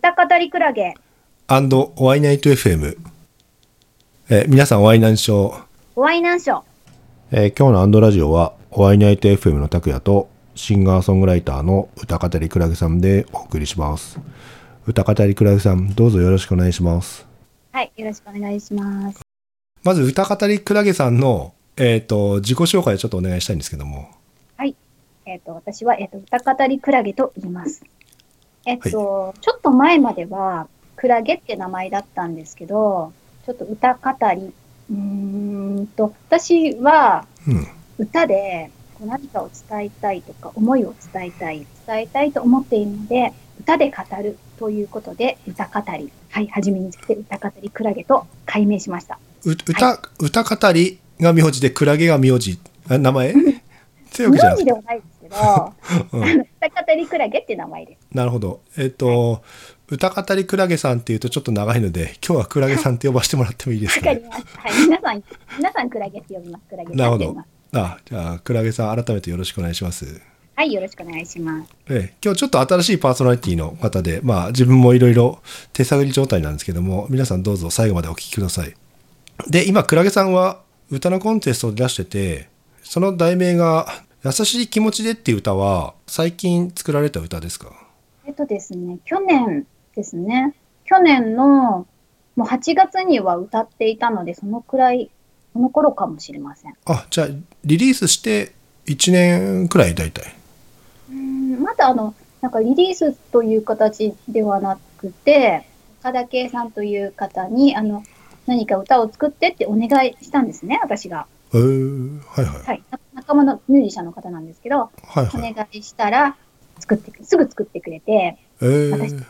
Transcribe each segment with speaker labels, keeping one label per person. Speaker 1: らかたりクラゲ。
Speaker 2: アンドワイナイト FM。えー皆さん、ワイナンショー。
Speaker 1: おワイナンショー。
Speaker 2: えー今日のアンドラジオは、ワイナイト FM の拓也と、シンガーソングライターの歌語りクラゲさんでお送りします。歌語りクラゲさん、どうぞよろしくお願いします。
Speaker 1: はい、よろしくお願いします。
Speaker 2: まず、歌語りクラゲさんの、えっ、と、自己紹介をちょっとお願いしたいんですけども。
Speaker 1: えっ、と、私は、えっ、と、歌語りクラゲと言います。えっ、と、ちょっと前までは、クラゲって名前だったんですけど、ちょっと歌語り、うーんと、私は
Speaker 2: うん。
Speaker 1: 歌でこう何かを伝えたいとか、思いを伝えたい、伝えたいと思っているので、歌で語るということで、歌語り。はい、はじめにして歌語りクラゲと改名しました。
Speaker 2: う歌、歌語りが名字で、クラゲが名字。あ名前っていうわけじゃな
Speaker 1: 名
Speaker 2: く
Speaker 1: 字
Speaker 2: て。
Speaker 1: ではないですけど、あ
Speaker 2: うん
Speaker 1: の歌語りクラゲって名前です。
Speaker 2: なるほど。えっ、と、歌語りクラゲさんっていうとちょっと長いので、今日はクラゲさんって呼ばせてもらってもいいです
Speaker 1: わ
Speaker 2: か
Speaker 1: かり
Speaker 2: ね。
Speaker 1: ました。はい、皆さん、皆さんクラゲって呼びます。クラゲさ
Speaker 2: なんる
Speaker 1: って
Speaker 2: ほ
Speaker 1: 呼び
Speaker 2: ど
Speaker 1: ます。。
Speaker 2: あ、じゃあ、クラゲさん改めてよろしくお願いします。
Speaker 1: はい、よろしくお願いします。
Speaker 2: ええ、今日ちょっと新しいパーソナリティの方で、まあ自分もいろいろ手探り状態なんですけども、皆さんどうぞ最後までお聞きください。で、今、クラゲさんは歌のコンテストを出してて、その題名が、優しい気持ちでっていう歌は、最近作られた歌ですか
Speaker 1: えっとですね、去年ですね、去年のもう8月には歌っていたので、そのくらい、その頃かもしれません。
Speaker 2: あ、じゃあ、リリースして1年くらい大体。
Speaker 1: うんまだあの、なんかリリースという形ではなくて、岡田圭さんという方に、あの、何か歌を作ってってお願いしたんですね、私が。
Speaker 2: へえはいはい。
Speaker 1: はい。仲間のミュージシャンの方なんですけど、
Speaker 2: はい
Speaker 1: お
Speaker 2: は
Speaker 1: 願
Speaker 2: い。
Speaker 1: いしたら、作ってく、すぐ作ってくれて、
Speaker 2: えー、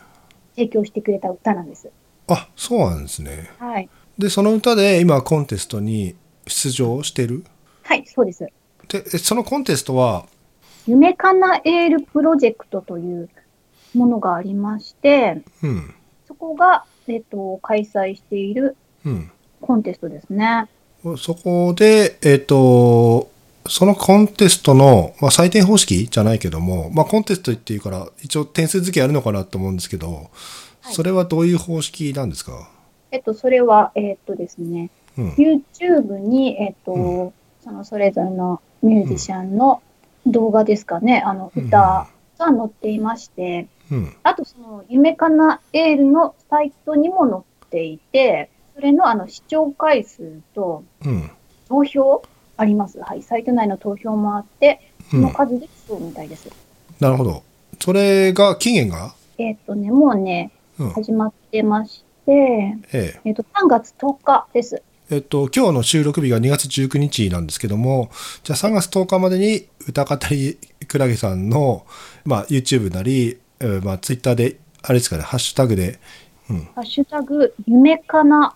Speaker 1: 提供してくれた歌なんです。
Speaker 2: あ、そうなんですね。
Speaker 1: はい。
Speaker 2: で、その歌で今コンテストに出場してる。
Speaker 1: はい、そうです。
Speaker 2: で、えそのコンテストは、
Speaker 1: 夢かなエールプロジェクトというものがありまして、
Speaker 2: うん、
Speaker 1: そこが、えっと、開催している
Speaker 2: うん。
Speaker 1: コンテストですね。
Speaker 2: そこで、えっ、と、そのコンテストの、まあ、採点方式じゃないけども、まあ、コンテストっていうから、一応点数付けあるのかなと思うんですけど、
Speaker 1: はい
Speaker 2: それはどういう方式なんですか
Speaker 1: えっと、それは、えっとですね、
Speaker 2: うん。
Speaker 1: YouTube に、えっと、
Speaker 2: う
Speaker 1: そのそれぞれのミュージシャンの動画ですかね、あの、
Speaker 2: うん
Speaker 1: 歌が載っていまして、
Speaker 2: うん。
Speaker 1: あとその、夢かなエールのサイトにも載っていて、それのあの、視聴回数と、
Speaker 2: うん。
Speaker 1: 投票あります。はい。サイト内の投票もあって、
Speaker 2: う
Speaker 1: その
Speaker 2: ん。
Speaker 1: 数でそうみたいです。
Speaker 2: なるほど。それが、期限が
Speaker 1: えっ、とね、もうね、
Speaker 2: うん。
Speaker 1: 始まってまして、
Speaker 2: ええ。
Speaker 1: えっ、と、3月10日です。
Speaker 2: えっと、今日の収録日が2月19日なんですけども、じゃあ3月10日までに歌語りクラゲさんの、まあ、YouTube なり、えーまあ、Twitter で、あれですかね、ハッシュタグで、うん、
Speaker 1: ハッシュタグ、夢かな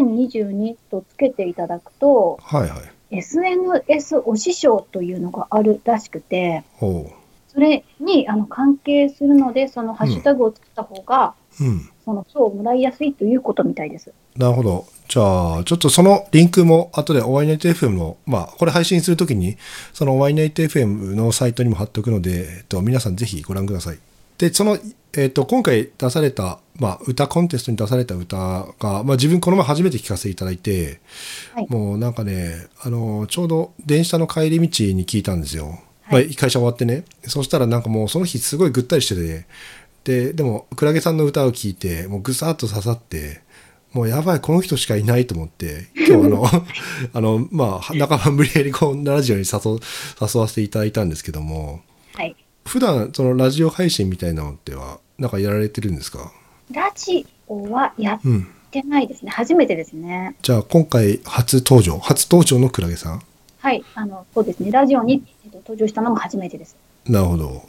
Speaker 1: 2022とつけていただくと、
Speaker 2: はいはい。
Speaker 1: SNS お師匠というのがあるらしくて、
Speaker 2: おう。
Speaker 1: それにあの関係するので、そのハッシュタグをつけた方が、
Speaker 2: うん。
Speaker 1: その賞をもらいやすいということみたいです。
Speaker 2: なるほど。じゃあ、ちょっとそのリンクも後で OYNetFM の、まあ、これ配信するときに、その OYNetFM のサイトにも貼っておくので、えっと、皆さんぜひご覧ください。で、その、えっと、今回出された、まあ、歌コンテストに出された歌が、まあ、自分この前初めて聞かせていただいて、
Speaker 1: はい
Speaker 2: もうなんかね、あの、ちょうど電車の帰り道に聞いたんですよ。
Speaker 1: は
Speaker 2: まあ、会社終わってね。そしたらなんかもうその日すごいぐったりしてて、で、でも、クラゲさんの歌を聴いて、もうぐさっと刺さって、もうやばい、この人しかいないと思って、今日あの、あの、まあ、仲間無理やりこんなラジオに誘う、誘わせていただいたんですけども、
Speaker 1: はい。
Speaker 2: 普段そのラジオ配信みたいなのっては、なんかやられてるんですか
Speaker 1: ラジオはやっ
Speaker 2: うん。
Speaker 1: てないですね。初めてですね。
Speaker 2: じゃあ今回初登場、初登場のクラゲさん
Speaker 1: はい、あの、そうですね。ラジオに、えっと、登場したのも初めてです。
Speaker 2: なるほど。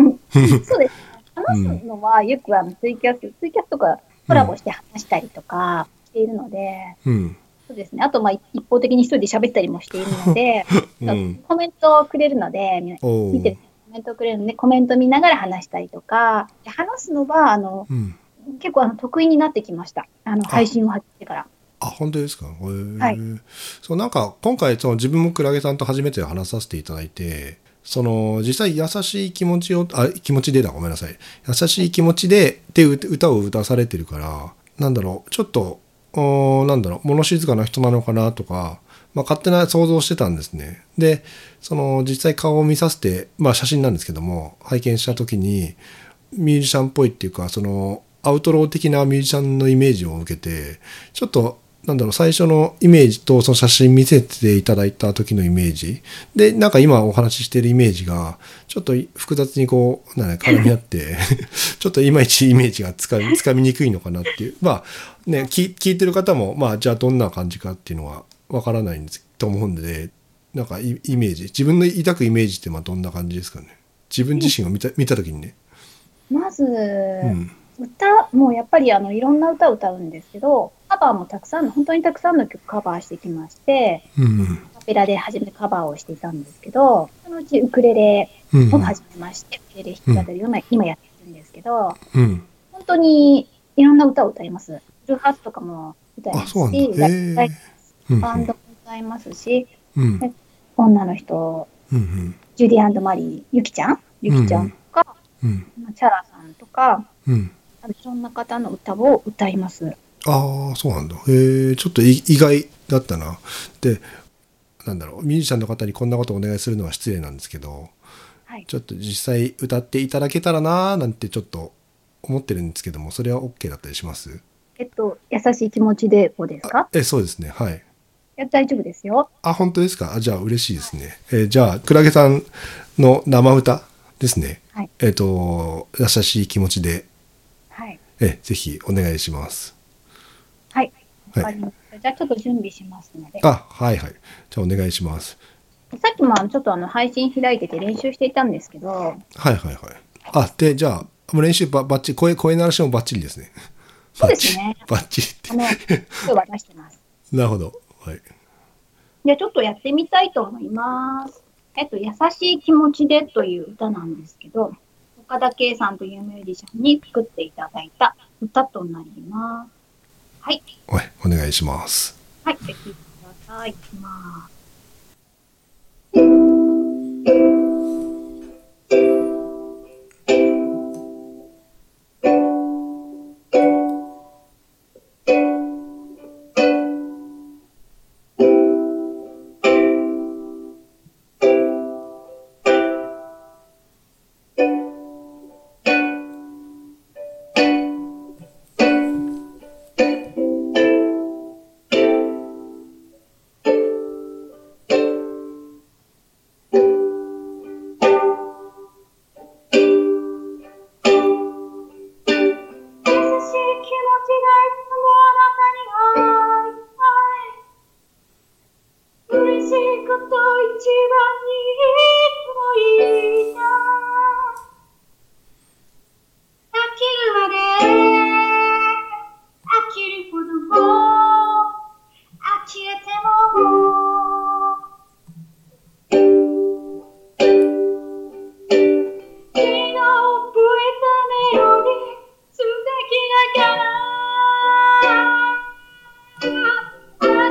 Speaker 1: そうです。話すのは、よくあの、ツイキャス、ツイキャスとかコラボして話したりとかしているので、
Speaker 2: うん。
Speaker 1: そうですね。あと、まあ、い一方的に一人で喋ったりもしているの で、
Speaker 2: うん
Speaker 1: コメントをくれるので、みんな
Speaker 2: お
Speaker 1: 見てる
Speaker 2: ー
Speaker 1: コメントをくれるので、コメント見ながら話したりとか、で話すのは、あの、
Speaker 2: うん。
Speaker 1: 結構、あの、得意になってきました。あの、配信を始めてから。
Speaker 2: あ、本当ですかへー
Speaker 1: はい
Speaker 2: そう、なんか今回、その自分もクラゲさんと初めて話させていただいて、その実際優しい気持ちをあ気持ちでだごめんなさい優しい気持ちでってう歌を歌わされてるからなんだろうちょっとおーなんだろう物静かな人なのかなとか、まあ、勝手な想像してたんですねでその実際顔を見させて、まあ、写真なんですけども拝見した時にミュージシャンっぽいっていうかそのアウトロー的なミュージシャンのイメージを受けてちょっとなんだろう、最初のイメージとその写真見せていただいた時のイメージ。で、なんか今お話ししてるイメージが、ちょっと複雑にこう、なんだろう絡み合って、 ちょっといまいちイメージがつ かみ、つかみにくいのかなっていう。まあ、ね、聞聞いてる方も、まあ、じゃあどんな感じかっていうのはわからないんですと思うんで、なんかイイメージ、自分の抱くイメージってまあどんな感じですかね。自分自身を見た、見た時にね。
Speaker 1: まず、
Speaker 2: うん。
Speaker 1: 歌、もうやっぱりあの、いろんな歌を歌うんですけど、カバーもたくさんの、本当にたくさんの曲カバーしてきまして、
Speaker 2: うん。
Speaker 1: アカペラで初めカバーをしていたんですけど、そのうちウクレレ
Speaker 2: うん。
Speaker 1: を始めまして、ウクレレ弾き語りを今今やってるんですけど、
Speaker 2: うん。
Speaker 1: 本当にいろんな歌を歌います。フルハーツとかも歌いま
Speaker 2: あ、
Speaker 1: す
Speaker 2: そうなん
Speaker 1: し、
Speaker 2: だ。へ
Speaker 1: ライ
Speaker 2: え
Speaker 1: ブ。
Speaker 2: うん
Speaker 1: バンドも歌いますし、
Speaker 2: うん。
Speaker 1: 女の人、
Speaker 2: うん。うん。
Speaker 1: ジュディマリー、ゆきちゃんゆきちゃんとか、
Speaker 2: うん。
Speaker 1: まあチャラさんとか、
Speaker 2: うん。
Speaker 1: あのいろんな方の歌を歌います。
Speaker 2: ああ、そうなんだ。へえ、ちょっとい意外だったな。で、なんだろう、ミュージシャンの方にこんなことお願いするのは失礼なんですけど、
Speaker 1: はい。
Speaker 2: ちょっと実際歌っていただけたらなーなんてちょっと思ってるんですけども、それは OK だったりします
Speaker 1: えっと、優しい気持ちでこうですか
Speaker 2: え、そうですね。はい。
Speaker 1: いや大丈夫ですよ。
Speaker 2: あ、本当ですかあじゃあ嬉しいですね。えーじゃあ、クラゲさんの生歌ですね。
Speaker 1: はい
Speaker 2: えっ、と、優しい気持ちで、
Speaker 1: はい。
Speaker 2: え、ぜひお願いします。
Speaker 1: はい。
Speaker 2: は
Speaker 1: わ
Speaker 2: い
Speaker 1: かりました。じゃあちょっと準備しますので。さ
Speaker 2: あ、はいはい。じゃあお願いします。
Speaker 1: っきもあのちょっとあの配信開いてて練習していたんですけ ど、
Speaker 2: はいはいはい。あ、で、じゃあ、もう練習ばばっちり、声、声鳴らしもばっちりですね。
Speaker 1: そうですね
Speaker 2: ばっちり
Speaker 1: あの、声は出してます。
Speaker 2: なるほど。はい。
Speaker 1: じゃあちょっとやってみたいと思います。えっと、優しい気持ちでという歌なんですけど、岡田圭さんというミュージシャンに作っていただいた歌となります。はい。
Speaker 2: はい、お願いします。
Speaker 1: はい、お聴きください。いきます。
Speaker 3: 優しい気持ちでいつもあなたに会いたい嬉しいこと一番にいつも言いたい飽きるまで飽きるほども呆れても君の覚えたメロディ素敵だから明日あなたのこ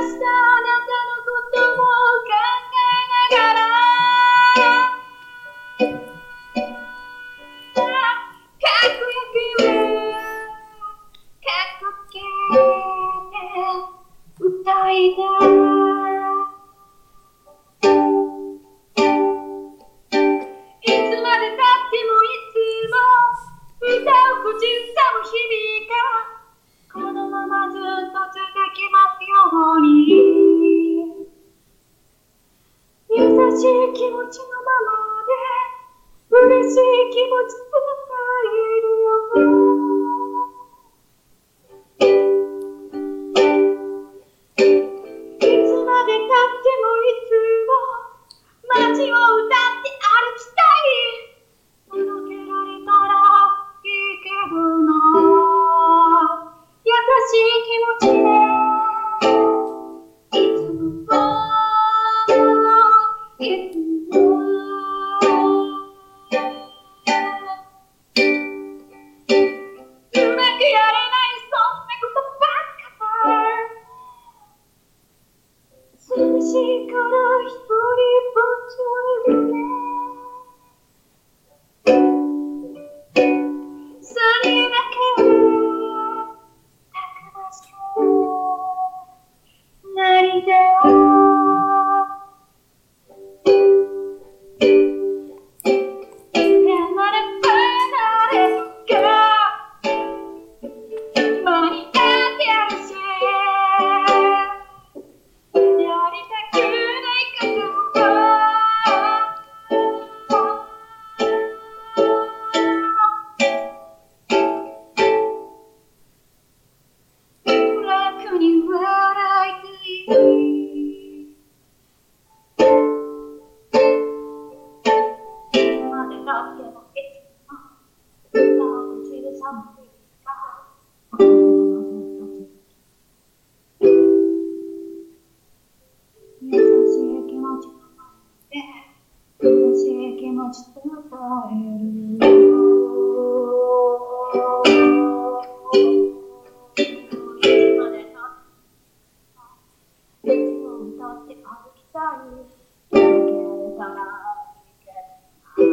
Speaker 3: とも考えながら優しい気持ちとえる優しい気持ちとえる今でな「いつも歌って歩きたい」「抜けたら抜けたら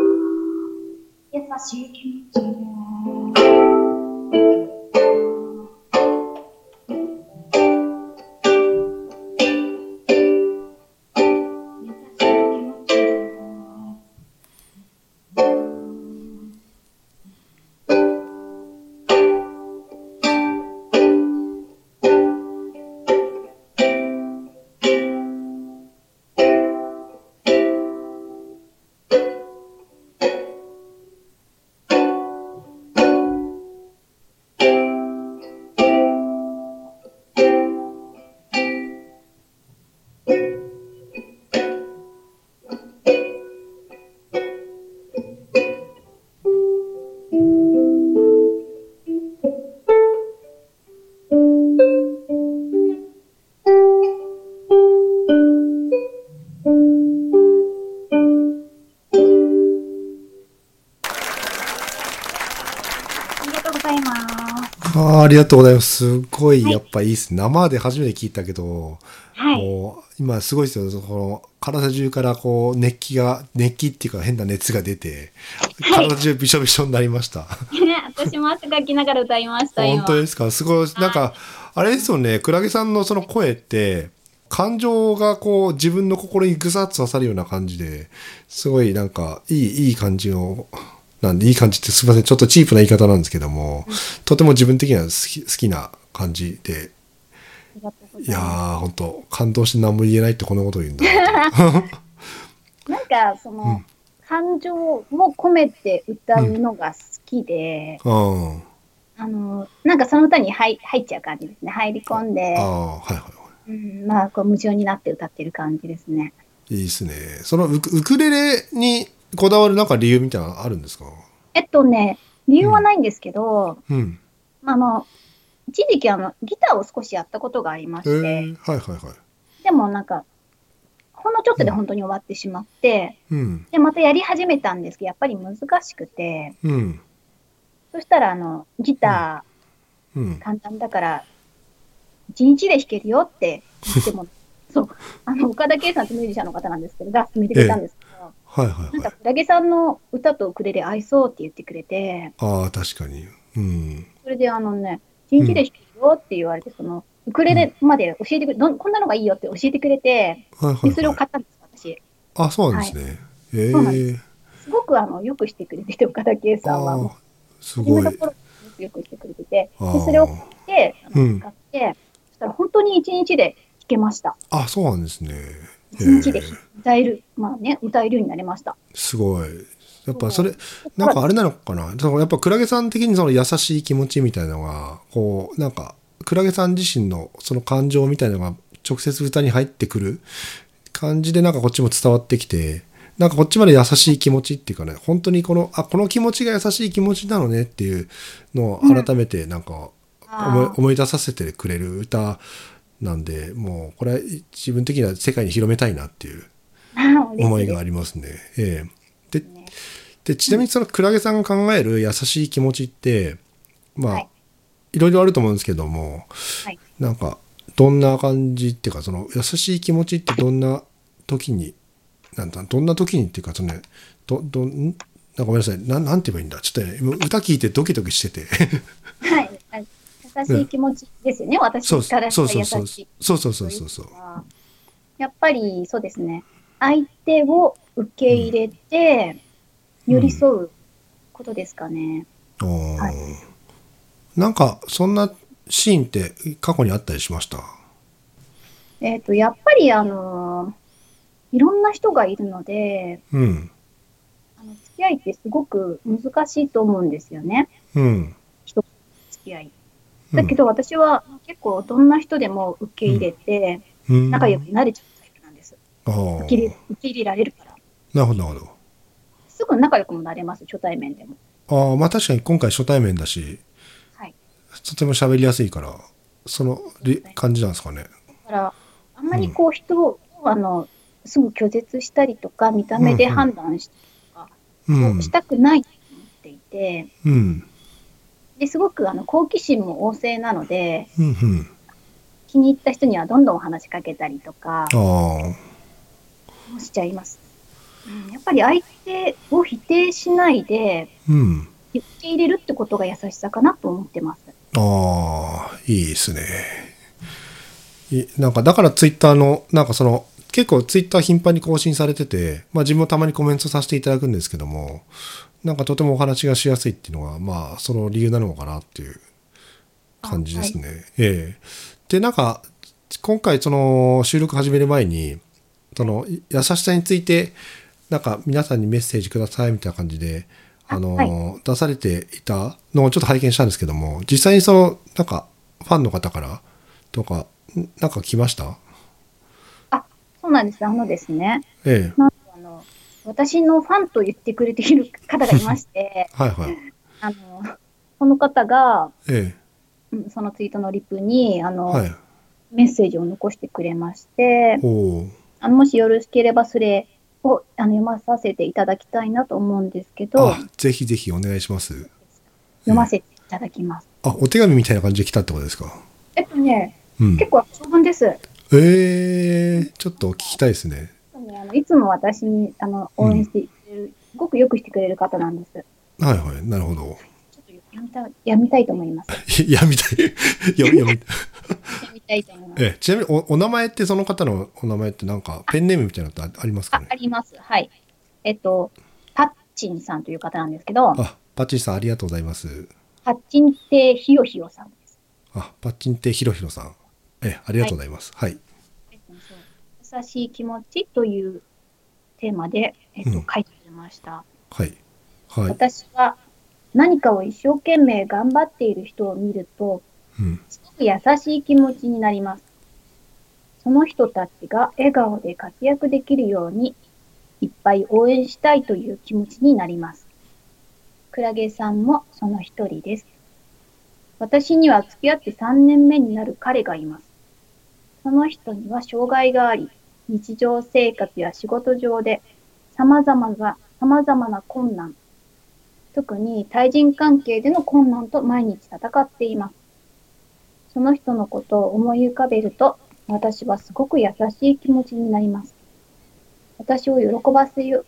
Speaker 3: 優しい気持ちで」優しい気持ちで
Speaker 1: ありがとうございます。
Speaker 2: あーありがとうございます。すごい、やっぱいいです。生で初めて聞いたけど、
Speaker 1: はい。
Speaker 2: もう、今すごいですよ。この、体中からこう、熱気が、熱気っていうか変な熱が出て、
Speaker 1: はい
Speaker 2: 体中びしょびしょになりました。
Speaker 1: 私も汗かきながら歌いました、今。
Speaker 2: 本当ですかすごい、なんか、あれですよね、クラゲさんのその声って、感情がこう、自分の心にぐさっと刺さるような感じで、すごいなんか、いい、いい感じの、なんで、いい感じってすいません、ちょっとチープな言い方なんですけども、とても自分的には好き好きな感じで、
Speaker 1: ありがとうご
Speaker 2: い
Speaker 1: ざい
Speaker 2: や
Speaker 1: ま
Speaker 2: ー、本当感動して何も言えないってこんなこと言うん だなと。
Speaker 1: す。なんか、その、
Speaker 2: うん
Speaker 1: 感情も込めて歌うのが好きで、
Speaker 2: うん。あ
Speaker 1: あの、なんかその歌に入入っちゃう感じですね。入り込んで
Speaker 2: あー、、はいはいはい。
Speaker 1: うん、まあ、こう、夢中になって歌ってる感じですね。
Speaker 2: いいですね。そのウクウクレレにこだわるなんか理由みたいなのあるんですか
Speaker 1: えっとね、理由はないんですけど、
Speaker 2: うん。
Speaker 1: あの、一時期あの、ギターを少しやったことがありまし
Speaker 2: え
Speaker 1: て、
Speaker 2: ー、はいはいはい。
Speaker 1: でもなんか、ほんのちょっとで本当に終わってしまって、
Speaker 2: うん。
Speaker 1: で、またやり始めたんですけど、やっぱり難しくて、
Speaker 2: うん。
Speaker 1: そしたらあの、ギタ
Speaker 2: うん
Speaker 1: ー。簡単だから、一日で弾けるよって言 っても、そう、あの、岡田圭さんってミュージシャンの方なんですけど、が勧めてくれたんですけど、
Speaker 2: はいは
Speaker 1: な
Speaker 2: い
Speaker 1: ん
Speaker 2: は
Speaker 1: か、
Speaker 2: い。
Speaker 1: クラゲさんの歌とウクレレ合いそうって言ってくれて、
Speaker 2: ああ、確かに。うん。
Speaker 1: それであのね、一日で弾けるよって言われて、その、ウクレレまで教えてくれ、どんこんなのがいいよって教えてくれて、
Speaker 2: はいはい、
Speaker 1: でそれ
Speaker 2: は
Speaker 1: を
Speaker 2: い。
Speaker 1: 買ったんです、私。
Speaker 2: あ、そうなんですね。ええ
Speaker 1: そうなん
Speaker 2: ー。
Speaker 1: すごくあの、よくしてくれてて、岡田圭さんは。
Speaker 2: あ
Speaker 1: もう
Speaker 2: あ、す
Speaker 1: 初め
Speaker 2: ごい
Speaker 1: の。頃よくしてくれてて、
Speaker 2: あ
Speaker 1: でそれを買
Speaker 2: ー
Speaker 1: って、あ
Speaker 2: うん
Speaker 1: の使って、そしたら本当に一日で弾けました。
Speaker 2: あ、そうなんですね。
Speaker 1: 一日で
Speaker 2: えー
Speaker 1: 歌える、まあね、歌えるようになりました。
Speaker 2: すごい。やっぱそれ、なんかあれなのかなそのやっぱクラゲさん的にその優しい気持ちみたいなのが、こう、なんか、クラゲさん自身のその感情みたいなのが直接歌に入ってくる感じでなんかこっちも伝わってきて、なんかこっちまで優しい気持ちっていうかね、本当にこの、あ、この気持ちが優しい気持ちなのねっていうのを改めてなんか思い,、
Speaker 1: あー
Speaker 2: 思い出させてくれる歌なんで、もうこれは自分的には世界に広めたいなっていう
Speaker 1: ああ、嬉
Speaker 2: 思
Speaker 1: しい
Speaker 2: い
Speaker 1: で
Speaker 2: が
Speaker 1: す
Speaker 2: ありますね。ええで
Speaker 1: ね。
Speaker 2: でちなみにそのクラゲさんが考える優しい気持ちってまあ、
Speaker 1: はい
Speaker 2: い、ろいろあると思うんですけども、
Speaker 1: はい
Speaker 2: なんかどんな感じっていうかその優しい気持ちってどんな時になんだどんな時にっていうかそのねどどんんなんかごめんなさいなんなんて言えばいいんだちょっとね今歌聞いてドキドキしてて
Speaker 1: はい。あ優しい気持ちですよね、
Speaker 2: そ
Speaker 1: 私
Speaker 2: うそ
Speaker 1: か
Speaker 2: う
Speaker 1: ら
Speaker 2: そう
Speaker 1: した
Speaker 2: そう
Speaker 1: ら
Speaker 2: そう
Speaker 1: 優しい。
Speaker 2: そうそうそうそうそう
Speaker 1: あーやっぱりそうですね、相手を受け入れて、
Speaker 2: うん
Speaker 1: 寄り添うことですかね。
Speaker 2: あー
Speaker 1: はい
Speaker 2: なんかそんなシーンって過去にあったりしました
Speaker 1: えっ、と、やっぱりあのーいろんな人がいるので、
Speaker 2: うん
Speaker 1: あの付き合いってすごく難しいと思うんですよね、
Speaker 2: うん
Speaker 1: 付き合い。
Speaker 2: うん
Speaker 1: だけど私は結構どんな人でも受け入れて、
Speaker 2: うん
Speaker 1: 仲良くなれちゃうタイプなんです。
Speaker 2: ああ
Speaker 1: 受け入れ受け入れられるから。
Speaker 2: なるほど、なるほ
Speaker 1: すぐ仲良くもなれます、初対面でも。
Speaker 2: ど。ああ、まあ確かに今回初対面だし、
Speaker 1: はい
Speaker 2: ちょっても喋りやすいから、そのり感じなんですかね。
Speaker 1: から、あんまりこう人を、あの、すぐ拒絶したりとか、見た目で判断し,、
Speaker 2: うん。
Speaker 1: したくないと思っていて、
Speaker 2: うん。
Speaker 1: ですごくあの好奇心も旺盛なので、
Speaker 2: うん。うん。
Speaker 1: 気に入った人にはどんどん話しかけたりとか
Speaker 2: ああ。
Speaker 1: もしちゃいます。うんやっぱり相手を否定しないで、
Speaker 2: うん。
Speaker 1: 受け入れるってことが優しさかなと思ってます。
Speaker 2: ああ、いいですね。いなんか、だからツイッターの、なんかその、結構ツイッター頻繁に更新されてて、まあ自分もたまにコメントさせていただくんですけども、なんかとてもお話がしやすいっていうのは、まあその理由なのかなっていう感じですね。ええで、なんか、今回その収録始める前に、そのい優しさについて、なんか皆さんにメッセージくださいみたいな感じで、あの
Speaker 1: は
Speaker 2: 出されていたのをちょっと拝見したんですけども、実際にその、なんか、ファンの方からとか、んなんか来ました
Speaker 1: そうなんです。あのですね、
Speaker 2: ええ。
Speaker 1: なんとあの、私のファンと言ってくれている方がいま して、
Speaker 2: はいはい。
Speaker 1: あの、この方が、
Speaker 2: え
Speaker 1: うんそのツイートのリプに、あ
Speaker 2: え。
Speaker 1: の、
Speaker 2: はい。
Speaker 1: メッセージを残してくれまして、
Speaker 2: おおー。
Speaker 1: あのもしよろしければそれをあの読まさせていただきたいなと思うんですけど、
Speaker 2: あ、ぜひぜひお願いします。
Speaker 1: 読ませていただきます。
Speaker 2: あ、お手紙みたいな感じで来たってことですか
Speaker 1: えっとね、
Speaker 2: うん。
Speaker 1: 結構長文です。
Speaker 2: ええ、ちょっと聞きたいですね。
Speaker 1: あのいつも私にあの応援してくれる、すごくよくしてくれる方なんです。ちょ
Speaker 2: はいはい。なるほど。
Speaker 1: っとやめたやめたいと思います。
Speaker 2: いや、みたい。いや、いや、みた
Speaker 1: や
Speaker 2: い。
Speaker 1: めたいと思います。
Speaker 2: ええ、ちなみにお、お名前って、その方のお名前って、なんか、ペンネームみたいなのってあありますか
Speaker 1: あ
Speaker 2: ね
Speaker 1: あります。はい。えっと、パッチンさんという方なんですけど、
Speaker 2: あ、パッチンさん、ありがとうございます。
Speaker 1: パッチンってひよひよさんです。
Speaker 2: あ、パッチンテヒロヒロさん。え、ありがとうございます。はい。
Speaker 1: えっとそう優しい気持ちというテーマで、えっと
Speaker 2: うん
Speaker 1: 書いてくれました。
Speaker 2: はい。はい。
Speaker 1: 私は何かを一生懸命頑張っている人を見ると、
Speaker 2: うん。
Speaker 1: すごく優しい気持ちになります。その人たちが笑顔で活躍できるように、いっぱい応援したいという気持ちになります。クラゲさんもその一人です。私には付き合って3年目になる彼がいます。その人には障害があり、日常生活や仕事上で様々な、様々な困難、特に対人関係での困難と毎日戦っています。その人のことを思い浮かべると、私はすごく優しい気持ちになります。私を喜ばせよう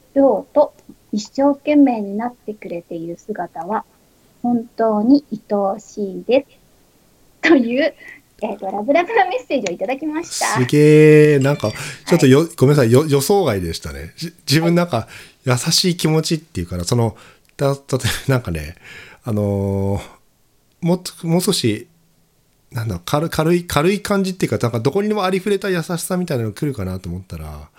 Speaker 1: と一生懸命になってくれている姿は、本当に愛おしいです。という、えっ、と、ラブラブなメッセージをいただきました。
Speaker 2: すげえ、なんか、ちょっとよ、ごめんなさい、よ予想外でしたね。じ自分なんか、優しい気持ちっていうから、その、だ、だって、なんかね、あのーもっと、もう少し、なんだろう軽、軽い、軽い感じっていうか、なんかどこにでもありふれた優しさみたいなのが来るかなと思ったら、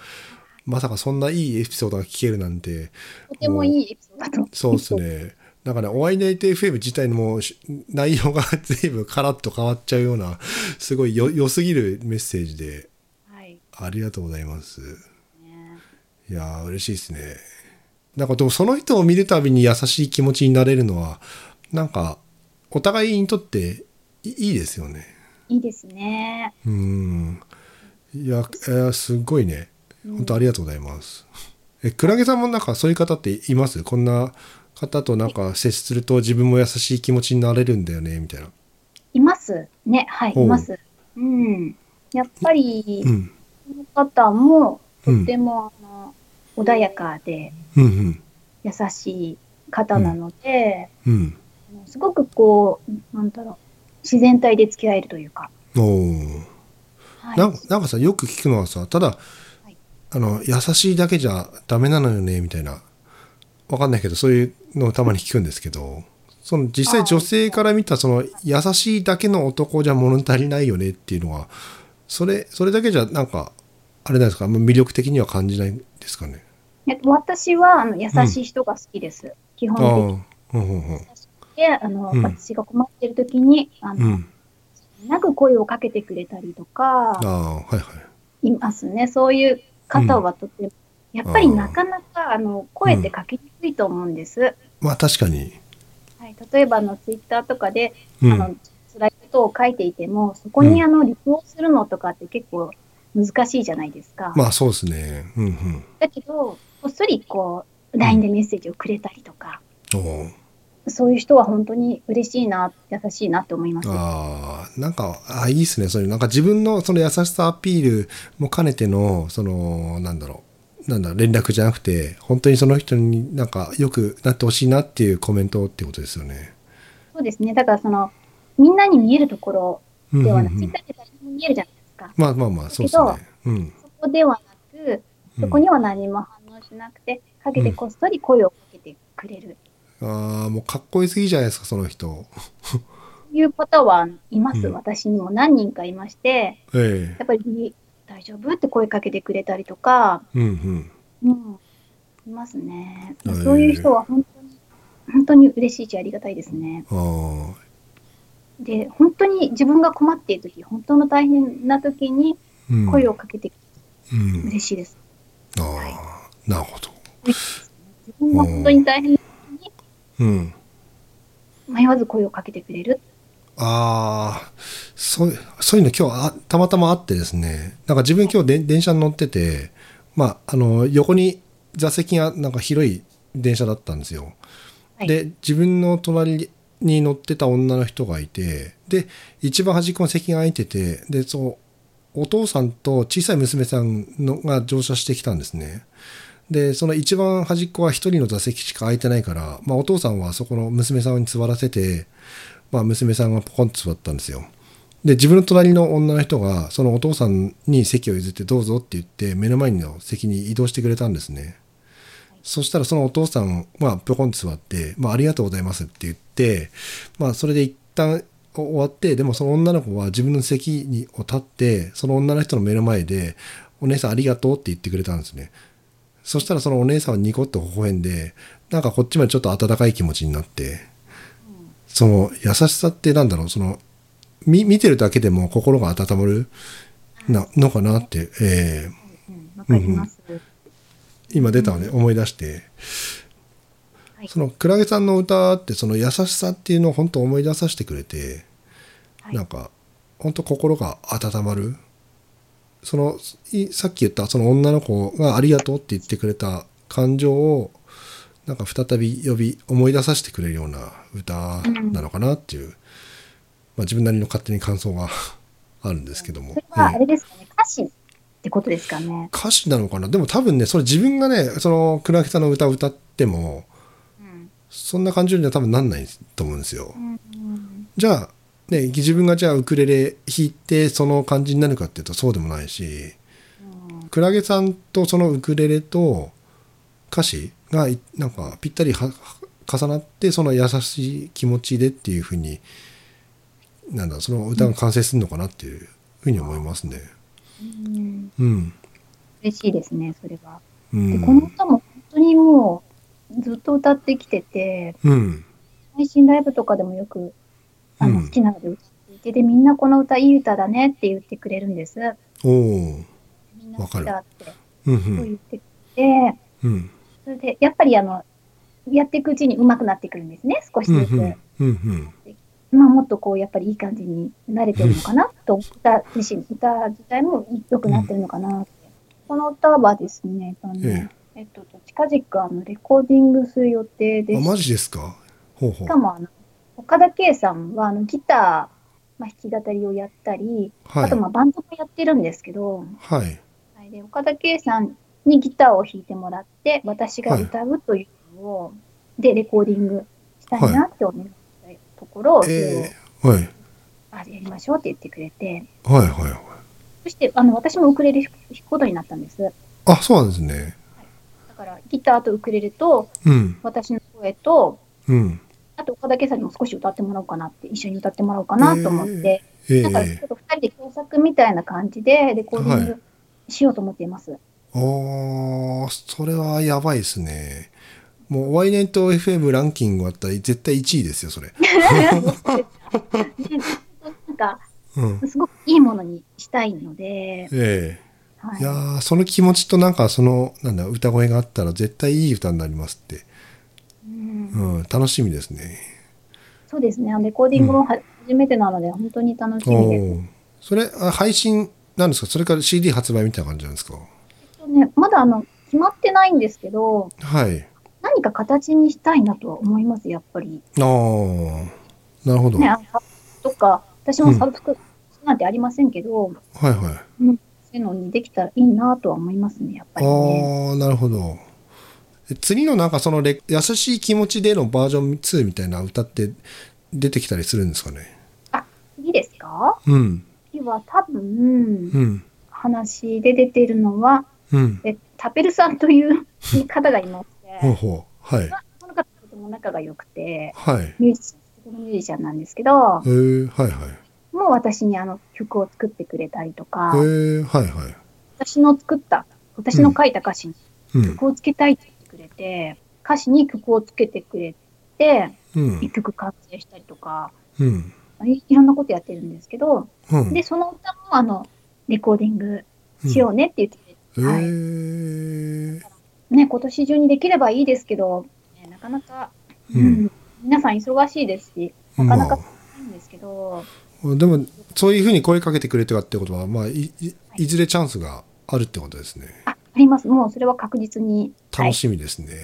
Speaker 2: まさかそんないいエピソードが聞けるなんて、
Speaker 1: とてもいいエピソードだと思います。
Speaker 2: そうですね。なんかね、お会いネイテ FM 自体のもうし内容が 随分カラッと変わっちゃうような、すごいよ良すぎるメッセージで、
Speaker 1: はい。
Speaker 2: ありがとうございます。
Speaker 1: ね
Speaker 2: いやー、嬉しいですね。なんかでもその人を見るたびに優しい気持ちになれるのは、なんか、お互いにとっていいいですよね。
Speaker 1: いいですね。
Speaker 2: うーん。いや、えーすごいね。本当ありがとうございます。え、クラゲさんもなんかそういう方っていますこんな方となんか接すると自分も優しい気持ちになれるんだよね、みたいな。
Speaker 1: いますね。はい、
Speaker 2: おう
Speaker 1: います。うん。やっぱり
Speaker 2: う、ん。
Speaker 1: この方も、
Speaker 2: う
Speaker 1: と
Speaker 2: ん。
Speaker 1: ても、あの、穏やかで、
Speaker 2: うん。うん。
Speaker 1: 優しい方なので、
Speaker 2: うん。
Speaker 1: すごくこう、なんだろう、自然体で付き合えるというか。
Speaker 2: おー。
Speaker 1: はい。
Speaker 2: なんかなんかさよく聞くのはさただ、
Speaker 1: い
Speaker 2: あの優しいだけじゃダメなのよねみたいなわかんないけどそういうのをたまに聞くんですけどその実
Speaker 1: あ
Speaker 2: 際
Speaker 1: ー
Speaker 2: 女性から見たその優しいだけの男じゃ物足りないよねっていうのはそれそれだけじゃなんかあれなんですかあんま魅力的には感じないんですかね。
Speaker 1: え私は、あの、優しい人が好きです。基
Speaker 2: あ
Speaker 1: 本
Speaker 2: ーうんうんうん
Speaker 1: 的で、あの、
Speaker 2: うん
Speaker 1: 私が困ってる時に、あ
Speaker 2: う
Speaker 1: の、
Speaker 2: ん、
Speaker 1: なく声をかけてくれたりとか
Speaker 2: あ、あはいはい。
Speaker 1: いますね。そういう方はとても、やっぱりなかなか、あの、声ってかけにくいと思うんです。
Speaker 2: まあ確かに。
Speaker 1: はい、例えばあのツイッターとかで、
Speaker 2: うん、
Speaker 1: あの辛いことを書いていても、そこにあの、履行するのとかって結構難しいじゃないですか。
Speaker 2: まあそうですね。うんうん。
Speaker 1: だけど、こっそりこう、LINE でメッセージをくれたりとか、
Speaker 2: おー
Speaker 1: そういう人は本当に嬉しいな、優しいなって思います。
Speaker 2: ああ、なんか、あいいですね。そういう、なんか自分のその優しさアピールも兼ねての、その、なんだろう。なんだ連絡じゃなくて、本当にその人になんか良くなってほしいなっていうコメントっていうことですよね。
Speaker 1: そうですね。だからその、みんなに見えるところ
Speaker 2: うんうん
Speaker 1: で
Speaker 2: う
Speaker 1: はなく、ツイッ
Speaker 2: ん
Speaker 1: ターって誰にも見えるじゃないですか。
Speaker 2: まあまあまあ、そうですね。うん。
Speaker 1: そこではなく、そこには何も反応しなくて、陰でこっそり声をかけてくれる。
Speaker 2: ああ、もうかっこいいすぎじゃないですか、その人。
Speaker 1: いう方はいます、
Speaker 2: うん
Speaker 1: 私にも何人かいまして、
Speaker 2: ええ
Speaker 1: やっぱり大丈夫って声かけてくれたりとか、
Speaker 2: うん
Speaker 1: うん、いますね。
Speaker 2: へえ
Speaker 1: そういう人は本当に、本当に嬉しいしありがたいですね。
Speaker 2: うん。ああ。
Speaker 1: で、本当に自分が困っている時、本当の大変な時に
Speaker 2: うん、
Speaker 1: 声をかけて
Speaker 2: うん。
Speaker 1: 嬉しいです。
Speaker 2: ああ、なるほど。
Speaker 1: 自分が本当に大変、
Speaker 2: うん。
Speaker 1: 迷わず声をかけてくれる。
Speaker 2: ああ、そう、そういうの今日あ、たまたまあってですね。なんか自分今日で電車に乗ってて、まあ、あの、横に座席がなんか広い電車だったんですよ。
Speaker 1: はい
Speaker 2: で、自分の隣に乗ってた女の人がいて、で、一番端っこの席が空いてて、で、そう、お父さんと小さい娘さんのが乗車してきたんですね。で、その一番端っこは一人の座席しか空いてないから、まあお父さんはそこの娘さんに座らせて、まあ娘さんがポコンと座ったんですよ。で、自分の隣の女の人が、そのお父さんに席を譲ってどうぞって言って、目の前の席に移動してくれたんですね。そしたらそのお父さんはポコンと座って、まあありがとうございますって言って、まあそれで一旦終わって、でもその女の子は自分の席にを立って、その女の人の目の前で、お姉さんありがとうって言ってくれたんですね。そしたらそのお姉さんはニコッと微笑んで、なんかこっちまでちょっと温かい気持ちになって、その優しさってなんだろう、その、み見てるだけでも心が温まるなのかなって、えー
Speaker 1: うん、わかります。
Speaker 2: 今出たので思い出して、
Speaker 1: はい
Speaker 2: そのクラゲさんの歌ってその優しさっていうのを本当思い出させてくれて、
Speaker 1: はい
Speaker 2: なんか本当心が温まるそのいさっき言ったその女の子が「ありがとう」って言ってくれた感情をなんか再び呼び思い出させてくれるような歌なのかなっていう、まあ、自分なりの勝手に感想が あるんですけども。
Speaker 1: それはあ
Speaker 2: ええ
Speaker 1: れですかね、歌詞ってことですかね。
Speaker 2: 歌詞なのかなでも多分ねそれ自分がねそのクラゲさんの歌を歌っても
Speaker 1: うん
Speaker 2: そんな感情には多分なんないと思うんですよ。じゃあ、ね、自分がじゃあウクレレ弾いてその感じになるかっていうとそうでもないし、クラゲさんとそのウクレレと歌詞がいなんかぴったりはは重なってその優しい気持ちでっていうふうになんだその歌が完成するのかなっていうふうに思いますね。
Speaker 1: うん
Speaker 2: うん。
Speaker 1: 嬉しいですね、それは。
Speaker 2: う
Speaker 1: でこの
Speaker 2: ん。
Speaker 1: 歌も本当にもうずっと歌ってきてて、
Speaker 2: うん。
Speaker 1: 配信ライブとかでもよくあの
Speaker 2: うん
Speaker 1: 好きなので歌っていて、で、みんなこの歌いい歌だねって言ってくれるんです。
Speaker 2: おお。
Speaker 1: みんな好きだって
Speaker 2: うんう。
Speaker 1: こうん言ってくれて、
Speaker 2: うん。
Speaker 1: それでやっぱりあの、やっていくうちに上手くなってくるんですね、少し
Speaker 2: うん
Speaker 1: ず
Speaker 2: う
Speaker 1: つ。
Speaker 2: ん。うんうん。
Speaker 1: まあ、もっとこう、やっぱりいい感じに慣れてるのか なと、歌自身、歌自体も良くなってるのかなって。この歌はですね、えっとねえっと、近々あのレコーディングする予定で
Speaker 2: あ、
Speaker 1: す。
Speaker 2: マジですかほうほ
Speaker 1: し
Speaker 2: う
Speaker 1: か。もあの、岡田圭さんはあのギター、まあ、弾き語りをやったり、
Speaker 2: は
Speaker 1: あとまあ
Speaker 2: い。
Speaker 1: バンドもやってるんですけど、
Speaker 2: はい。
Speaker 1: はい、で岡田圭さんにギターを弾いてもらって、私が歌うというのを、で、レコーディングしたいなって思ったところを、
Speaker 2: ええはい。
Speaker 1: あやりましょうって言ってくれて、
Speaker 2: はいはいはい。
Speaker 1: そしてあの私もウクレレ弾くことになったんです。だ
Speaker 2: あ、そうなんですね。
Speaker 1: からギターとウクレレと
Speaker 2: うん。
Speaker 1: 私の声と、
Speaker 2: うん。
Speaker 1: あと岡田圭さんにも少し歌ってもらおうかなって、一緒に歌ってもらおうかなと思って、
Speaker 2: え
Speaker 1: だからち
Speaker 2: え
Speaker 1: ょっと2人で共作みたいな感じでレコーディン
Speaker 2: は
Speaker 1: グしようと思っています。
Speaker 2: ああ、それはやばいですね。もう、ワイネット FM ランキングあったら絶対1位ですよ、それ。
Speaker 1: ねなんか、
Speaker 2: うん。
Speaker 1: すごくいいものにしたいので、
Speaker 2: え
Speaker 1: は
Speaker 2: え
Speaker 1: い
Speaker 2: いやーその気持ちとなんかその、なんだ、歌声があったら絶対いい歌になりますって。
Speaker 1: うん
Speaker 2: うん、楽しみですね。
Speaker 1: そうですね、あのレコーディングもは、初めてなので、本当に楽し
Speaker 2: お
Speaker 1: みです。
Speaker 2: おー。それ、あ配信なんですかそれから CD 発売みたいな感じなんですか
Speaker 1: ね、まだあの、決まってないんですけど、
Speaker 2: はい。
Speaker 1: 何か形にしたいなとは思います、やっぱり。
Speaker 2: ああ。なるほど。
Speaker 1: ね、
Speaker 2: はい
Speaker 1: あのサブスクとか、私もサブスクなんてありませんけど、
Speaker 2: はい。
Speaker 1: そういうのにできたらいいなとは思いますね、やっぱりね。
Speaker 2: ああ、なるほど。え次のなんかそのレ優しい気持ちでのバージョン2みたいな歌って出てきたりするんですかね。
Speaker 1: 次ですか
Speaker 2: うん。
Speaker 1: 次は多分、
Speaker 2: うん。
Speaker 1: 話で出てるのは、
Speaker 2: うん。
Speaker 1: えタペルさんという方がいまし
Speaker 2: ほう
Speaker 1: て、
Speaker 2: ほう。はい。
Speaker 1: この方とても仲が良くて、
Speaker 2: はい。へ
Speaker 1: ミュージシャン、そこのミュージシャンなんですけど、
Speaker 2: えー、はいは
Speaker 1: もう私にあの曲を作ってくれたりとか、
Speaker 2: い。へえー、はいはい。
Speaker 1: 私の作った、私の書いた歌詞に
Speaker 2: うん。
Speaker 1: 曲をつけたいって言ってくれて、歌詞に曲をつけてくれて、
Speaker 2: うん
Speaker 1: 一。曲完成したりとか、
Speaker 2: うん。
Speaker 1: いいろんなことやってるんですけど、
Speaker 2: うん。
Speaker 1: で、その歌もあの、レコーディングしようねって言ってて、
Speaker 2: うん。
Speaker 1: はい
Speaker 2: へえー。
Speaker 1: ね、今年中にできればいいですけど、ねなかなか、
Speaker 2: うん
Speaker 1: 皆さん忙しいですし、なかなかいいんですけど、
Speaker 2: でも、そういうふうに声かけてくれてたってことは、まあ、いいいずれチャンスがあるってことですね。
Speaker 1: あ、あります。もうそれは確実に。
Speaker 2: 楽しみですね。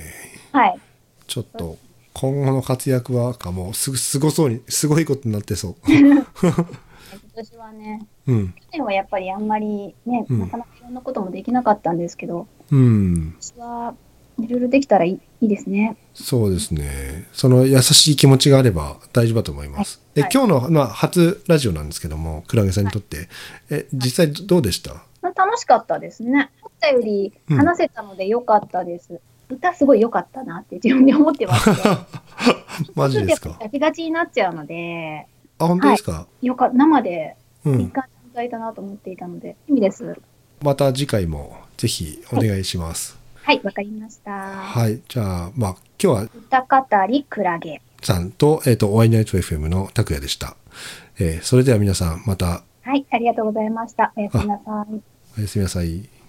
Speaker 1: はい。はい。
Speaker 2: ちょっと、今後の活躍は、かもうす、すごそうに、すごいことになってそ
Speaker 1: 今年はね、
Speaker 2: う。うん。
Speaker 1: 去年はやっぱりあんまりね、
Speaker 2: うん
Speaker 1: なかなかいろんなこともできなかったんですけど、
Speaker 2: うん。
Speaker 1: 今年はいろいろできたらいいいいですね。
Speaker 2: そうですね。その優しい気持ちがあれば大丈夫だと思います。
Speaker 1: はい
Speaker 2: え、今日の、まあ、初ラジオなんですけども、クラゲさんにとって、え、実際どうでした、
Speaker 1: まあ楽しかったですね。思ったより
Speaker 2: うん
Speaker 1: 話せたので良かったです。歌すごい良かったなって自分で思ってます、ね。
Speaker 2: マジです
Speaker 1: ちょっ
Speaker 2: か
Speaker 1: とやっぱガチガチになっちゃうので、
Speaker 2: あ、本当ですか、
Speaker 1: よか生で
Speaker 2: う
Speaker 1: いい
Speaker 2: ん。
Speaker 1: 感じだいたなと思っていたので、意味です。
Speaker 2: また次回もぜひお願いします。
Speaker 1: はい、わかりました。
Speaker 2: はい。じゃあ、まあ、今日は
Speaker 1: 歌語りクラゲ。
Speaker 2: さんと、えっ、と、お会いナイト FM の拓也でした。えーそれでは皆さん、また
Speaker 1: はい、ありがとうございました。おやすみなさい。
Speaker 2: おやすみなさい。